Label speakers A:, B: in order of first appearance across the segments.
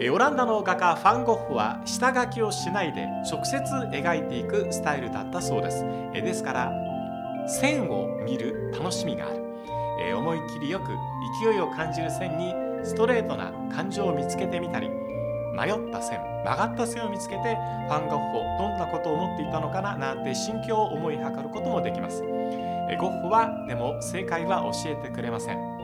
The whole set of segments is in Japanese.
A: えーオランダの画家ファン・ゴッホは下書きをしないで直接描いていくスタイルだったそうです、えーですから線を見る楽しみがある、えー思い切りよく勢いを感じる線にストレートな感情を見つけてみたり迷った線曲がった線を見つけてファン・ゴッホどんなことを思っていたのかななんて心境を思いはかることもできますえーゴッホはでも正解は教えてくれません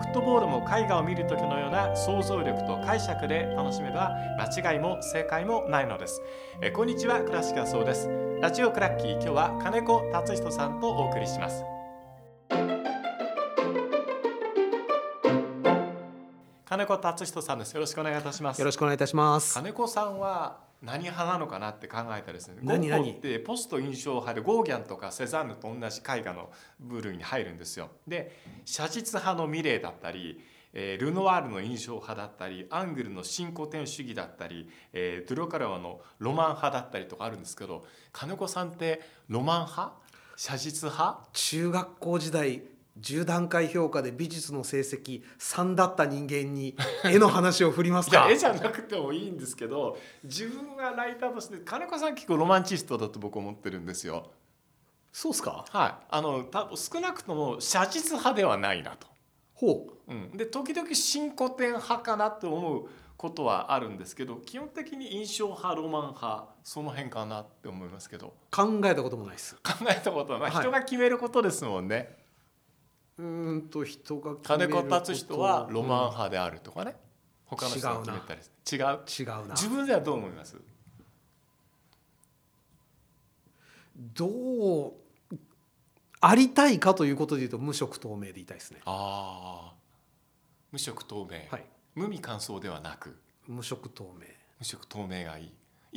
A: フットボールも絵画を見る時のような想像力と解釈で楽しめば間違いも正解もないのですえーこんにちは倉敷そうですラジオクラッキー今日は金子達人さんとお送りします金子達人さんですよろしくお願いいたします
B: よろしくお願いいたします。
A: 金子さんは何派なのかなって考えたりするゴ
B: 何
A: ッ
B: 何
A: ホってポスト印象派でゴーギャンとかセザンヌと同じ絵画の部類に入るんですよ。で写実派のミレーだったり、えールノワールの印象派だったりアングルの新古典主義だったり、えードゥロカラワのロマン派だったりとかあるんですけど金子さんってロマン派写実派
B: 中学校時代10段階評価で美術の成績3だった人間に絵の話を振ります
A: いや
B: か
A: 絵じゃなくてもいいんですけど自分はライターとして金子さん結構ロマンチストだと僕思ってるんですよ。
B: そうっすか
A: はい、あの多分少なくとも写実派ではないなと、
B: ほう
A: うん、で時々新古典派かなと思うことはあるんですけど基本的に印象派ロマン派その辺かなって思いますけど
B: 考えたこともないです
A: 考えたことは、まあ、
B: はい
A: 人が決めることですもんね、
B: うーんと人が決め
A: 金
B: るこ
A: 子
B: と
A: 達人はロマン派であるとかね、他の人が
B: 違う
A: 決
B: な
A: めたりする違う
B: 違うな
A: 自分ではどう思います
B: どうありたいかということで言うと無色透明でいたいですね
A: ああ無色透明、
B: はい
A: 無味乾燥ではなく
B: 無色透明
A: 無色透明がいい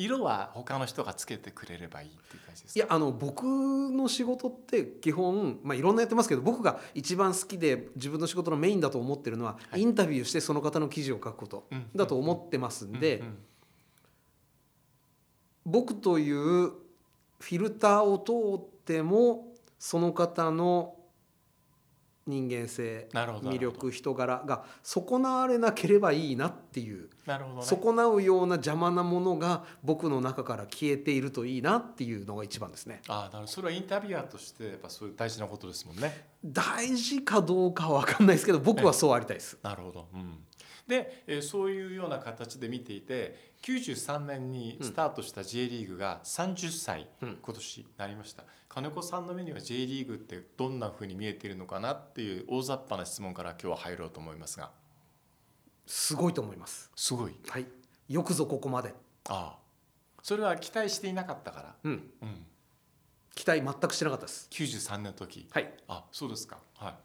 A: 色は他の人がつけてくれればいいっていう感じです
B: いやあの僕の仕事って基本、まあ、いろんなやってますけど僕が一番好きで自分の仕事のメインだと思ってるのは、
A: はい
B: インタビューしてその方の記事を書くこと
A: うん
B: だと思ってますんで、
A: うんうん
B: 僕というフィルターを通ってもその方の人間性
A: なるほど
B: 魅力人柄が損なわれなければいいなっていう
A: なるほどね
B: 損なうような邪魔なものが僕の中から消えているといいなっていうのが一番ですね。
A: ああなるほどそれはインタビュアーとしてやっぱそういう大事なことですもんね
B: 大事かどうかは分かんないですけど僕はそうありたいです。
A: なるほど、うん、で、えーそういうような形で見ていて93年にスタートした J リーグが30歳、
B: うん
A: 今年になりました金子さんの目には J リーグってどんなふうに見えているのかなっていう大雑把な質問から今日は入ろうと思いますが
B: すごいと思います。
A: すごい
B: はい、よくぞここまで、
A: ああそれは期待していなかったか
B: う
A: ら、
B: ん、
A: うん、
B: 期待全くしてなかったです。
A: 93年の時
B: はい、
A: あそうですかは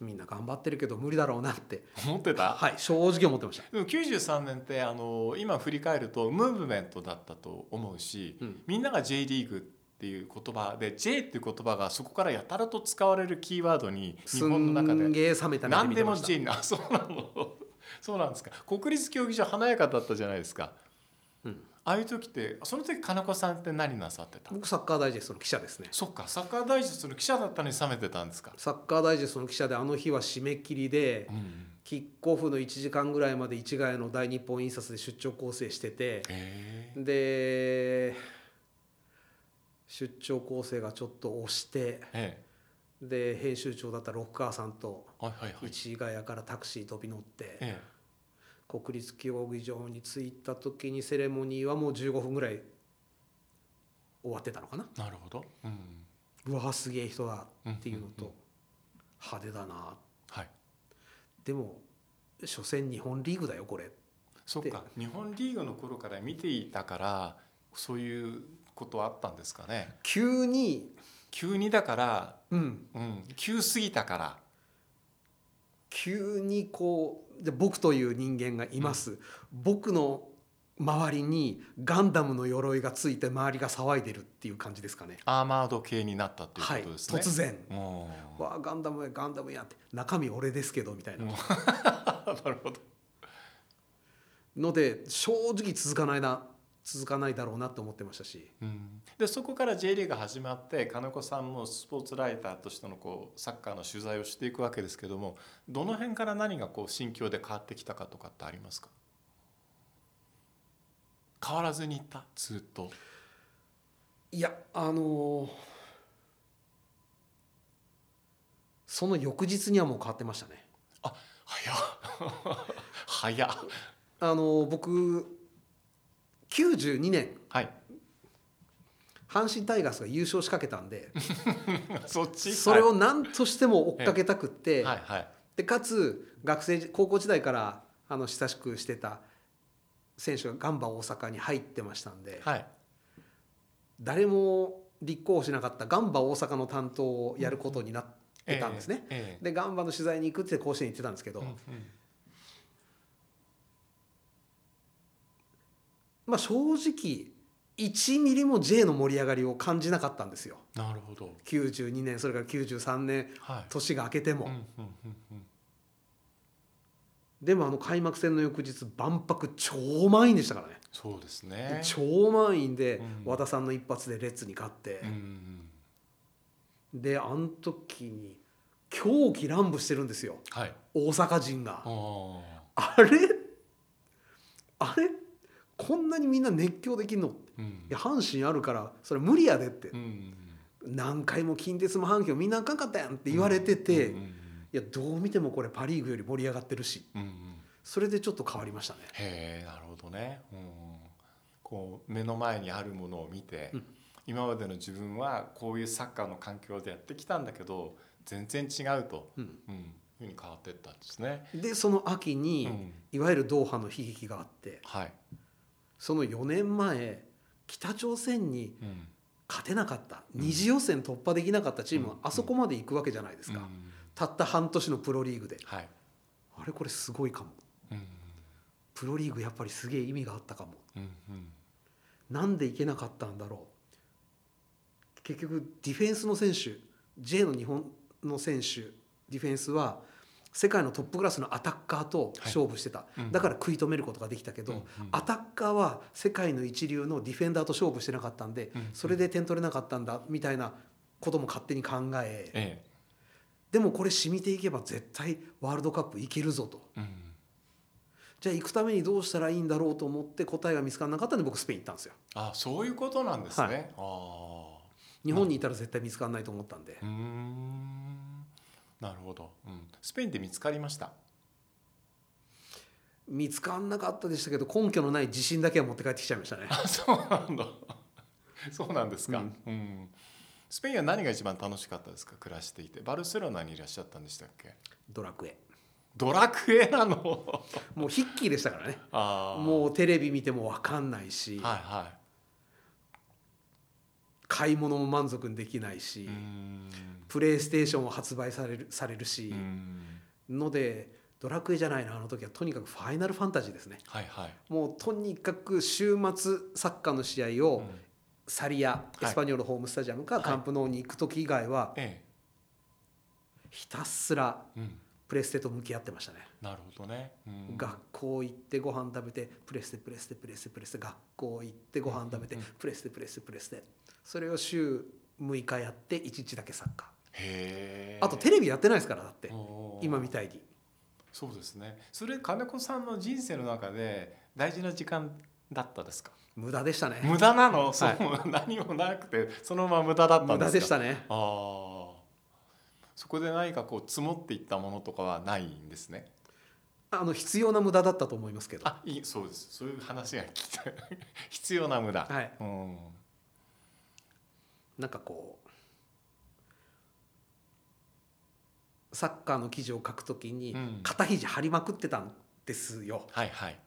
B: みんな頑張ってるけど無理だろうなって、
A: い思ってた
B: はい、正直思ってました。
A: でも93年ってあの今振り返るとムーブメントだったと思うし、
B: うん
A: みんなが J リーグっていう言葉で J っていう言葉がそこからやたらと使われるキーワードに日
B: す
A: 本の中
B: ん
A: で
B: げえ冷めた目で
A: 何
B: 見
A: で
B: て
A: も
B: ました。
A: J にあそうなのそうなんですか国立競技場華やかだったじゃないですか
B: うん、
A: ああいう時ってその時金子さんって何なさってた
B: 僕サッカーダイジェストの記者ですね。
A: そっかサッカーダイジェストの記者だったのに冷めてたんですか、
B: サッカーダイジェストの記者であの日は締め切りで
A: う。ん、
B: キックオフの1時間ぐらいまで市ヶ谷の大日本印刷で出張構成してて
A: へえ
B: で出張構成がちょっと押して
A: え
B: で編集長だったロッカーさんと
A: えはいはいはい
B: 市ヶ谷からタクシー飛び乗って
A: え
B: 国立競技場に着いた時にセレモニーはもう15分ぐらい終わってたのかな
A: えなるほど、うん、
B: うわーすげえ人だっていうの
A: うん
B: と派手だな
A: はい
B: でも所詮日本リーグだよこれ
A: そっか日本リーグの頃から見ていたからそういうことはあったんですかね
B: 急に
A: 急にだから、
B: うん
A: うん、急すぎたから
B: 急にこうで僕という人間がいます、僕の周りにガンダムの鎧がついて周りが騒いでるっていう感じですかね
A: アーマード系になったっていうこ
B: はい
A: とですね、
B: 突然
A: うん
B: 「わあガンダムやガンダムや」って「中身俺ですけど」みたいな
A: うんなるほど
B: ので正直続かないな続かないだろうなと思ってましたし
A: うんでそこから J リーグ始まって金子さんもスポーツライターとしてのこうサッカーの取材をしていくわけですけどもどの辺から何がこう心境で変わってきたかとかってありますか変わらずにいたずっと
B: いやあのーその翌日にはもう変わってましたね
A: 早っ 早っ
B: あのー僕92年
A: はい
B: 阪神タイガースが優勝しかけた んで
A: そっち
B: それを何としても追っかけたくって、
A: はいはい
B: でかつ学生高校時代からあの親しくしてた選手がガンバ大阪に入ってましたんで、
A: はい
B: 誰も立候補しなかったガンバ大阪の担当をやることになってたんですね。
A: ええ
B: でガンバの取材に行くって甲子園行ってたんですけど、
A: ええうんうん
B: まあ、正直1ミリも J の盛り上がりを感じなかったんですよ
A: なるほど
B: 92年それから93年
A: はい
B: 年が明けても、
A: うんうんうんうん
B: でもあの開幕戦の翌日万博超満員でしたからね、
A: そうですね
B: 超満員で、
A: うん
B: 和田さんの一発でレッツに勝って
A: う、ん
B: であの時に狂気乱舞してるんですよ
A: はい
B: 大阪人
A: あ
B: が、
A: ー
B: あれあれこんなにみんな熱狂できるの
A: うん
B: いや阪神あるからそれ無理やでって
A: う、ん
B: 何回も近鉄も阪急もみんなあかんかったやんって言われてて、
A: うん
B: いやどう見てもこれパ・リーグより盛り上がってるし
A: うんうんうん
B: それでちょっと変わりましたね
A: へえなるほどね、うん、こう目の前にあるものを見て、
B: うん
A: 今までの自分はこういうサッカーの環境でやってきたんだけど全然違うと、
B: うん
A: うん、いうふうに変わっていったんですね。
B: でその秋に、
A: うん
B: いわゆるドーハの悲劇があって
A: はい
B: その4年前北朝鮮に
A: うん
B: 勝てなかった
A: うん
B: 二次予選突破できなかったチームは
A: うん
B: あそこまで行くわけじゃないですか、
A: うん
B: たった半年のプロリーグで
A: はい
B: あれこれすごいかも
A: うん
B: プロリーグやっぱりすげえ意味があったかも
A: うんうん
B: なんでいけなかったんだろう結局ディフェンスの選手 J の日本の選手ディフェンスは世界のトップクラスのアタッカーと勝負してた、
A: いうん
B: だから食い止めることができたけど、
A: うんうん
B: アタッカーは世界の一流のディフェンダーと勝負してなかったんで、
A: うんうん
B: それで点取れなかったんだみたいなことも勝手に考え
A: え
B: でもこれ染みていけば絶対ワールドカップいけるぞと
A: えうん、
B: じゃあ行くためにどうしたらいいんだろうと思って答えが見つからなかったんで僕スペイン行ったんですよ。
A: あそういうことなんですね。あ
B: は
A: あ
B: 日本にいたら絶対見つからないと思ったんで、
A: うーんなるほど、うん、スペインで見つかりま した。
B: 見つかんなかったでしたけど根拠のない自信だけは持って帰ってきちゃいましたね
A: あそうなんだそうなんですか、う
B: うんん
A: スペインは何が一番楽しかったですか暮らしていてバルセロナにいらっしゃったんでしたっけ
B: ドラクエ
A: ドラクエな の
B: もうヒッキーでしたからね
A: あー
B: もうテレビ見ても分かんないし、
A: はいは
B: 買い物も満足にできないし、
A: いうーん
B: プレイステーションを発売されるされるし
A: うー、ん
B: のでドラクエじゃないなあの時はとにかくファイナルファンタジーですね
A: はいはい
B: もうとにかく週末サッカーの試合を、
A: うん
B: サリア
A: い
B: エスパニョールホームスタジアムか、
A: はい
B: カンプノーに行く時以外は
A: え
B: ひたすら
A: えうん
B: プレステと向き合ってましたね
A: なるほどね、うん、
B: 学校行ってご飯食べてプレステプレステプレステプレステ学校行ってご飯食べて
A: うん
B: プレステプレステプレステそれを週6日やって1日だけサッカ
A: へえ
B: ーあとテレビやってないですからだって今み
A: い
B: たいに
A: そうですねそれ金子さんの人生の中で大事な時間だったですか
B: 無駄でしたね
A: 無駄なの、そう何もなくてそのまま無駄だったんですか
B: 無駄でしたね
A: ああそこで何かこう積もっていったものとかはないんですね
B: あの必要な無駄だったと思いますけど
A: あいいそうですそういう話が聞きたい必要な無駄、
B: はい
A: うん
B: なんかこうサッカーの記事を書くときに
A: うん
B: 肩肘張りまくってたんですよ
A: はいはい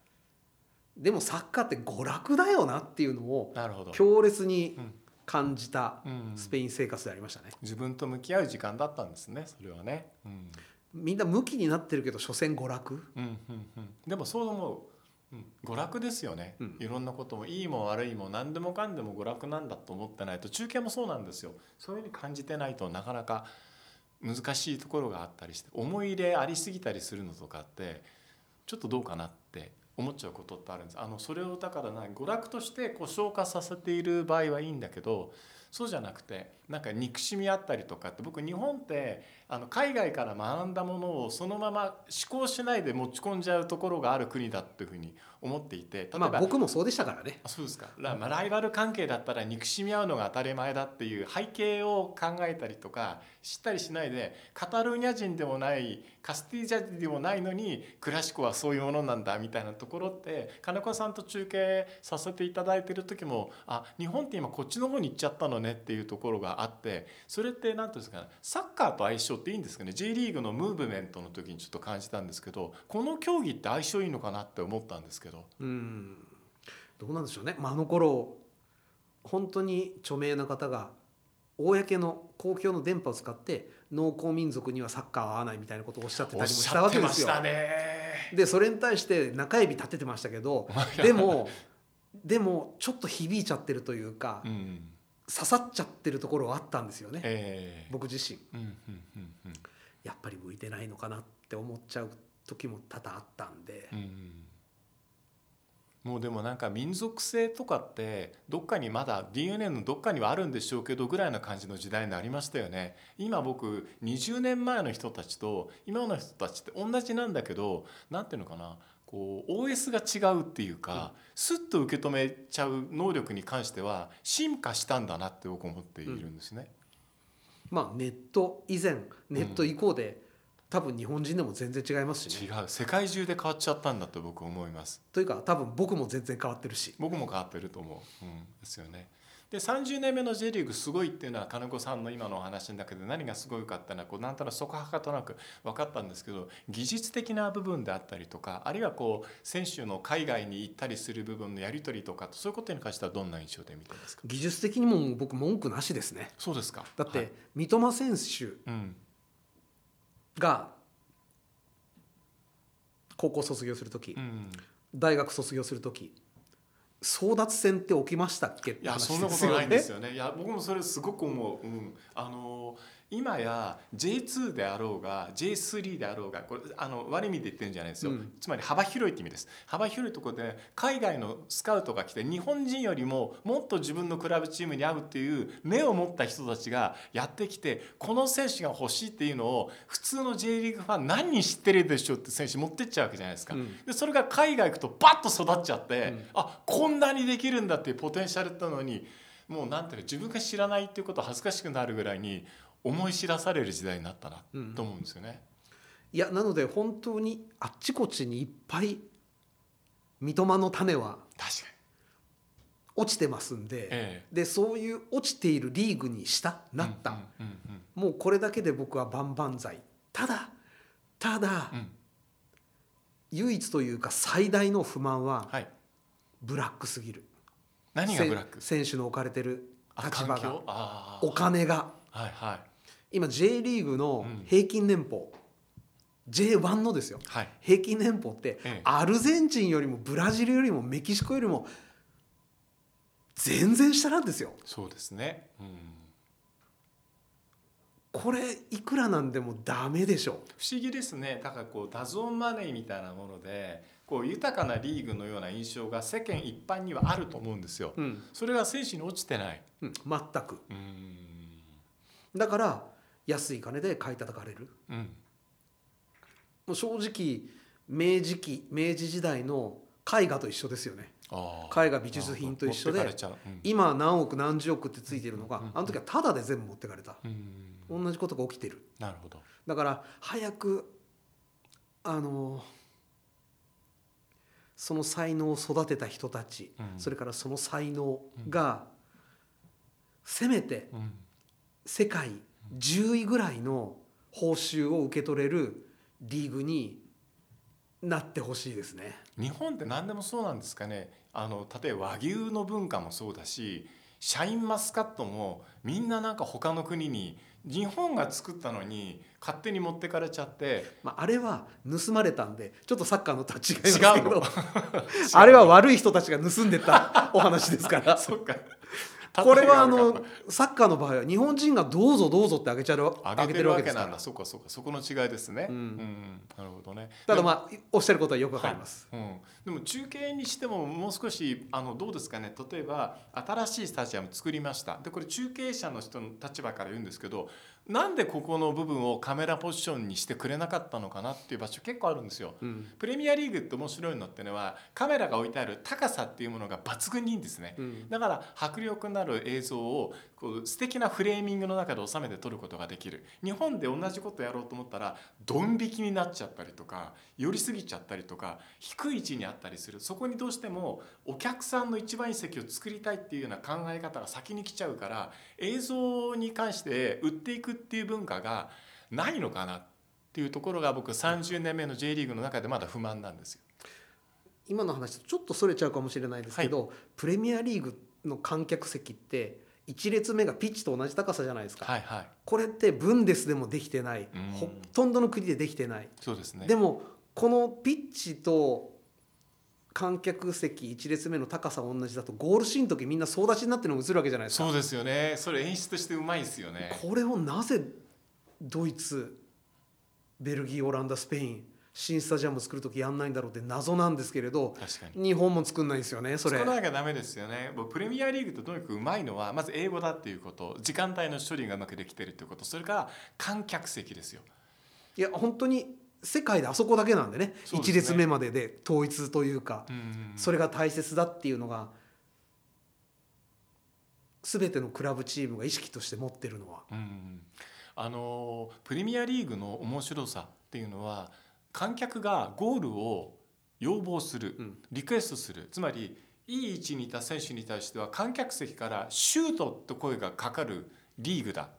B: でもサッカーって娯楽だよなっていうのを
A: なるほど、
B: 強烈に
A: うん
B: 感じた
A: うん、
B: スペイン生活でありましたね
A: 自分と向き合う時間だったんですねそれはね、うん、
B: みんな向きになってるけど所詮娯楽
A: うんうんうんでもそう思う、うん、娯楽ですよね、
B: うん
A: いろんなこともいいも悪いも何でもかんでも娯楽なんだと思ってないと中継もそうなんですよそういうふうに感じてないとなかなか難しいところがあったりして思い入れありすぎたりするのとかってちょっとどうかなって思っちゃうことってあるんですあのそれをだからな娯楽としてこう消化させている場合はいいんだけどそうじゃなくてなんか憎しみあったりとかって僕日本ってあの海外から学んだものをそのまま思考しないで持ち込んじゃうところがある国だっていうふうに思っていて例えば、
B: まあ僕もそうでしたからね
A: あそうですか、らまあ、ライバル関係だったら憎しみ合うのが当たり前だっていう背景を考えたりとか知ったりしないでカタルーニャ人でもないカスティージャ人でもないのにクラシコはそういうものなんだみたいなところって金子さんと中継させていただいてる時もあ日本って今こっちの方に行っちゃったのねっていうところがあってそれって何ていうんですかねサッカーと相性っていいんですかね J リーグのムーブメントの時にちょっと感じたんですけどこの競技って相性いいのかなって思ったんですけど。
B: うんどうなんでしょうね、まあ、あの頃本当に著名な方が公の公共の電波を使って農耕民族にはサッカーは合わないみたいなことをおっしゃってたりもしたわけですよ
A: おっしゃってました。ね
B: でそれに対して中指立ててました けどでもでもちょっと響いちゃってるというか、
A: うん、
B: 刺さっちゃってるところはあったんですよね
A: ええ
B: 僕自身
A: うんうんうんうん
B: やっぱり向いてないのかなって思っちゃう時も多々あったんで
A: う、んうんもうでもなんか民族性とかってどっかにまだ DNA のどっかにはあるんでしょうけどぐらいな感じの時代になりましたよね今僕20年前の人たちと今の人たちって同じなんだけどなんていうのかなこう OS が違うっていうか、すっスッと受け止めちゃう能力に関しては進化したんだなって僕思っているんですね。
B: まあネット以前ネット以降で、多分日本人でも全然違いますしね
A: 違う世界中で変わっちゃったんだと僕思います。
B: というか多分僕も全然変わってるし
A: 僕も変わってると思う、うん、ですよね。で30年目の J リーグすごいっていうのは金子さんの今のお話の中で何がすごいかっていうのはこうなんとなくそこはかとなく分かったんですけど技術的な部分であったりとかあるいはこう選手の海外に行ったりする部分のやり取りとかそういうことに関してはどんな印象で見てますか
B: 技術的にももう僕文句なしですね
A: そうですか
B: だって、
A: はい
B: 三笘選手
A: うん
B: が高校卒業する時、
A: うん、
B: 大学卒業する時争奪戦って起きましたっけっ
A: い
B: て
A: や
B: 話
A: そんな
B: で
A: こ
B: す
A: と
B: よ
A: ないん
B: ね
A: ですよね。いや僕もそれすごく思う。うん、あの今や J2 であろうが J3 であろうがこれあの悪い意味で言ってるんじゃないですよ、
B: うん
A: つまり幅広いって意味です幅広いところで海外のスカウトが来て日本人よりももっと自分のクラブチームに合うっていう目を持った人たちがやってきてこの選手が欲しいっていうのを普通の J リーグファン何人知ってるでしょうって選手持ってっちゃうわけじゃないですか、
B: うん
A: でそれが海外行くとバッと育っちゃって、
B: ん
A: あこんなにできるんだっていうポテンシャルだったのにもうなんていうの自分が知らないっていうこと恥ずかしくなるぐらいに思い知らされる時代になったな
B: うん
A: と思うんですよね。
B: いやなので本当にあっちこっちにいっぱい三笘の種は
A: 確かに、
B: 落ちてますんで、
A: え
B: でそういう落ちているリーグにした
A: え
B: なった、
A: うんうんうん
B: もうこれだけで僕は万々歳ただただ、
A: うんうん
B: 唯一というか最大の不満は
A: はい、
B: ブラックすぎる
A: 何がブラック
B: せ選手の置かれてる
A: あ
B: 立
A: 環
B: 場が
A: 境あー
B: お金が
A: はいはい
B: 今 J リーグの平均年俸、J1 のですよ
A: はい
B: 平均年俸って
A: ええ
B: アルゼンチンよりもブラジルよりもメキシコよりも全然下なんですよ
A: そうですね、うん、
B: これいくらなんでもダメでしょ
A: 不思議ですねだからこうダゾーンマネーみたいなものでこう豊かなリーグのような印象が世間一般にはあると思うんですよ、
B: う、うん
A: それが選手に落ちてない
B: うん、全く
A: うーん
B: だから安い金で買い叩かれる
A: うん
B: もう正直明治期明治時代の絵画と一緒ですよね
A: あー
B: 絵画美術品と一緒
A: 持って
B: で
A: かれちゃううん
B: 今何億何十億ってついてるのが、
A: うん
B: あの時はタダで全部持ってかれた、
A: うん
B: 同じことが起きてる
A: なるほど
B: だから早くあのその才能を育てた人たち、
A: うん
B: それからその才能が、せめて
A: うん
B: 世界10位ぐらいの報酬を受け取れるリーグになってほしいですね。
A: 日本って何でもそうなんですかねあの例えば和牛の文化もそうだしシャインマスカットもみんななんか他の国に日本が作ったのに勝手に持ってかれちゃって
B: まあ、あれは盗まれたんでちょっとサッカーのとは違いますけ
A: 違う
B: どあれは悪い人たちが盗んでたお話ですから
A: そうか
B: これはあのサッカーの場合は日本人がどうぞどうぞって上げちゃる
A: 上
B: 上
A: げて
B: げて
A: る
B: る
A: わ
B: わ
A: け
B: けです
A: な
B: か
A: んだ
B: ら
A: そうかそうかそこの違いですね、
B: うん
A: なるほどね
B: ただまあおっしゃることはよくわかります、
A: うん、でも中継にしてももう少しあのどうですかね例えば新しいスタジアム作りましたでこれ中継者の人の立場から言うんですけどなんでここの部分をカメラポジションにしてくれなかったのかなっていう場所結構あるんですよ。
B: うん
A: プレミアリーグって面白いのってのはカメラが置いてある高さっていうものが抜群にいいんですね。
B: うん
A: だから迫力のある映像をこう素敵なフレーミングの中で収めて撮ることができる日本で同じことやろうと思ったらドン引きになっちゃったりとか寄りすぎちゃったりとか低い位置にあったりするそこにどうしてもお客さんの一番いい席を作りたいっていうような考え方が先に来ちゃうから映像に関して売っていくっていう文化がないのかなっていうところが僕30年目の J リーグの中でまだ不満なんですよ。
B: 今の話とちょっとそれちゃうかもしれないですけど、プレミアリーグの観客席って1列目がピッチと同じ高さじゃないですか、
A: はいはい、
B: これってブンデスでもできてない
A: うん
B: ほとんどの国でできてない、
A: そうですね
B: でもこのピッチと観客席1列目の高さ同じだとゴールシーンの時みんな総立ちになってるのが映るわけじゃないですか
A: そうですよねそれ演出としてうまいですよね
B: これをなぜドイツベルギーオランダスペイン新スタジアム作る時やんないんだろうって謎なんですけれど
A: 確かに
B: 日本も作んないんですよねそれ
A: 少なきゃダメですよねもうプレミアリーグってとにかくうまいのはまず英語だっていうこと時間帯の処理がうまくできてるっていうことそれから観客席ですよ
B: いや本当に世界であそこだけなんでね
A: そうです
B: 一
A: ね
B: 1列目までで統一というか、
A: うん
B: それが大切だっていうのが全てのクラブチームが意識として持ってるのは
A: うんあのプレミアリーグの面白さっていうのは観客がゴールを要望する、
B: うん
A: リクエストするつまりいい位置にいた選手に対しては観客席から「シュート!」と声がかかるリーグだっ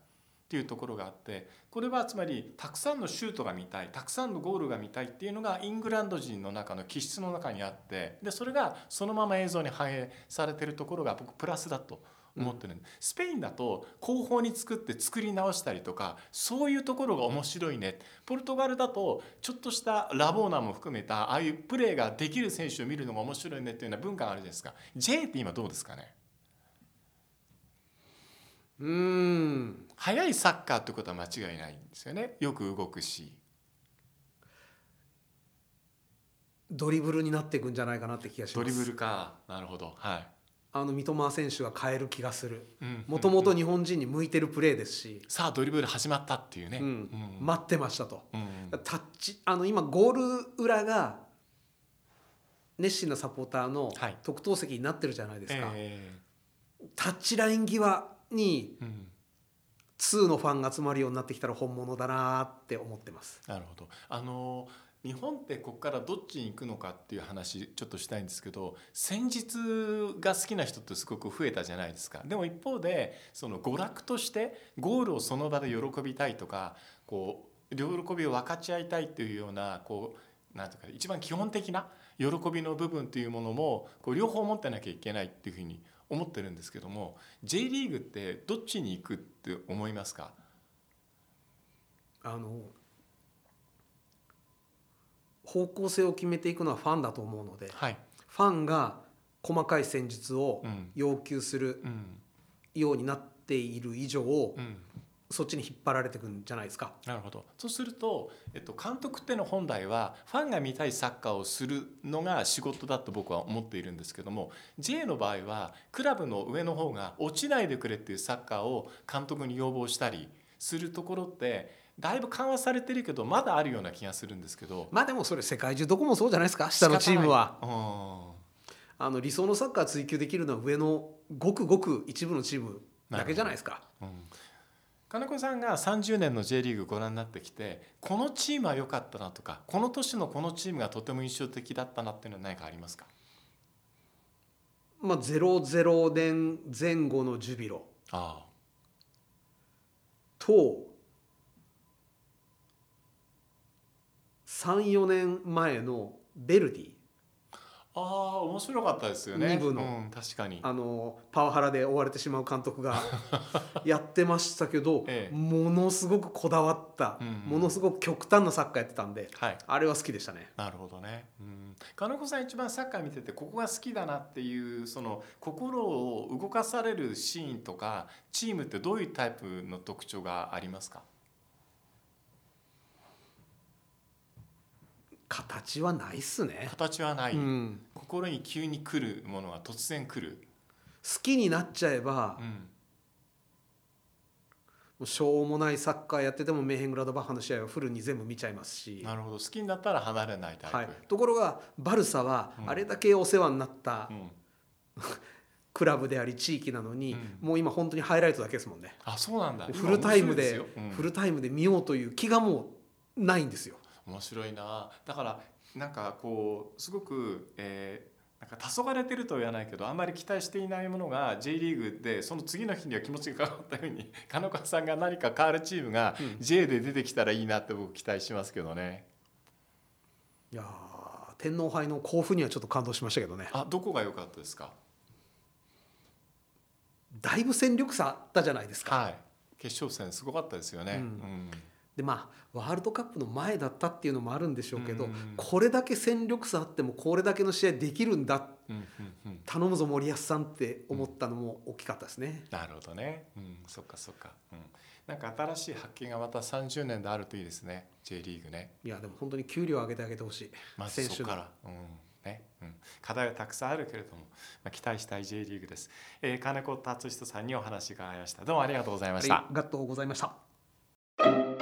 A: ていうところがあってこれはつまりたくさんのシュートが見たいたくさんのゴールが見たいっていうのがイングランド人の中の気質の中にあってでそれがそのまま映像に反映されてるところが僕プラスだと思ってる、スペインだと後方に作って作り直したりとかそういうところが面白いねポルトガルだとちょっとしたラボーナも含めたああいうプレーができる選手を見るのが面白いねっていうような文化があるじゃないですか J って今どうですかね
B: うーん
A: 速いサッカーってことは間違いないんですよねよく動くし
B: ドリブルになっていくんじゃないかなって気がし
A: ド
B: ま
A: リブ
B: す
A: ルかなるほどはい
B: あの三笘選手が変える気がする
A: うん
B: もともと日本人に向いてるプレーですし、
A: さあドリブル始まったっていうね、
B: うん
A: うん
B: 待ってましたと
A: うん
B: タッチあの今ゴール裏が熱心なサポーターの
A: はい
B: 特等席になってるじゃないですか、
A: え
B: タッチライン際に
A: えうん
B: 2のファンが集まるようになってきたら本物だなって思ってます
A: なるほど。あの日本ってここからどっちに行くのかっていう話ちょっとしたいんですけど戦術が好きな人ってすごく増えたじゃないですかでも一方でその娯楽としてゴールをその場で喜びたいとかこう喜びを分かち合いたいっていうようなこうなんとか一番基本的な喜びの部分というものもこう両方持ってなきゃいけないっていうふうに思ってるんですけども J リーグってどっちに行くって思いますか
B: あの方向性を決めていくのはファンだと思うので
A: はい、
B: ファンが細かい戦術を
A: うん
B: 要求する
A: うん
B: ようになっている以上、
A: うん
B: そっちに引っ張られていくんじゃないですか
A: なるほどそうすると、えっと、監督っての本来はファンが見たいサッカーをするのが仕事だと僕は思っているんですけども J の場合はクラブの上の方が落ちないでくれっていうサッカーを監督に要望したりするところってだいぶ緩和されてるけどまだあるような気がするんですけど
B: まあでもそれ世界中どこもそうじゃないですか下のチームは。
A: 仕方ない
B: あの理想のサッカー追求できるのは上のごくごく一部のチームだけじゃないですか。
A: うんうん金子さんが30年の J リーグご覧になってきてこのチームは良かったなとかこの年のこのチームがとても印象的だったなっていうのは何かありますか
B: まあ、00年前後のジュビロ
A: ああ
B: と34年前のベルディ
A: ああ面白かったですよね
B: 二部の
A: うん確かに
B: あのパワハラで追われてしまう監 督がやってましたけど、
A: ええ
B: ものすごくこだわった、
A: うんうん
B: ものすごく極端なサッカーやってたんで
A: はい
B: あれは好きでしたね
A: なるほどね、うん、金子さん一番サッカー見ててここが好きだなっていうその心を動かされるシーンとかチームってどういうタイプの特徴がありますか
B: 形はないっすね、
A: 形はない、
B: うん、
A: 心に急に来るものが突然来る、
B: 好きになっちゃえば
A: う、ん、
B: もうしょうもないサッカーやっててもメーヘングラドバッハの試合はフルに全部見ちゃいますし、
A: なるほど好きになったら離れないタイプ、
B: はい、ところがバルサは
A: うん
B: あれだけお世話になった
A: うん、
B: クラブであり地域なのに、
A: うん
B: もう今本当にハイライトだけですもんね
A: あそうなんだ
B: フルタイムで
A: 今面白いすようん
B: フルタイムで見ようという気がもうないんですよ。
A: 面白いなだからなんかこうすごく、えーなんか黄昏れてるとは言わないけどあんまり期待していないものが J リーグでその次の日には気持ちが変わったように 金岡さんが何か変わるチームが
B: うん
A: J で出てきたらいいなって僕期待しますけどね
B: いやー天皇杯の甲府にはちょっと感動しましたけどね
A: あどこが良かったですか
B: だいぶ戦力差あったじゃないですか。
A: はい決勝戦すごかったですよね、
B: うん
A: うん
B: でまあワールドカップの前だったっていうのもあるんでしょうけど、
A: うん
B: これだけ戦力差あってもこれだけの試合できるんだ
A: うんうんうん
B: 頼むぞ森保さんって思ったのも大きかったですね。
A: なるほどね、うん、そっかそっか、うん、なんか新しい発見がまた30年であるといいですね J リーグね
B: いやでも本当に給料上げてあげてほしい、
A: まず
B: 選
A: そ
B: 手
A: こ
B: の
A: から、うんねうん、課題はたくさんあるけれども、まあ、期待したい J リーグです、えー金子達人さんにお話伺いましたどうもありがとうございました
B: ありがとうございました。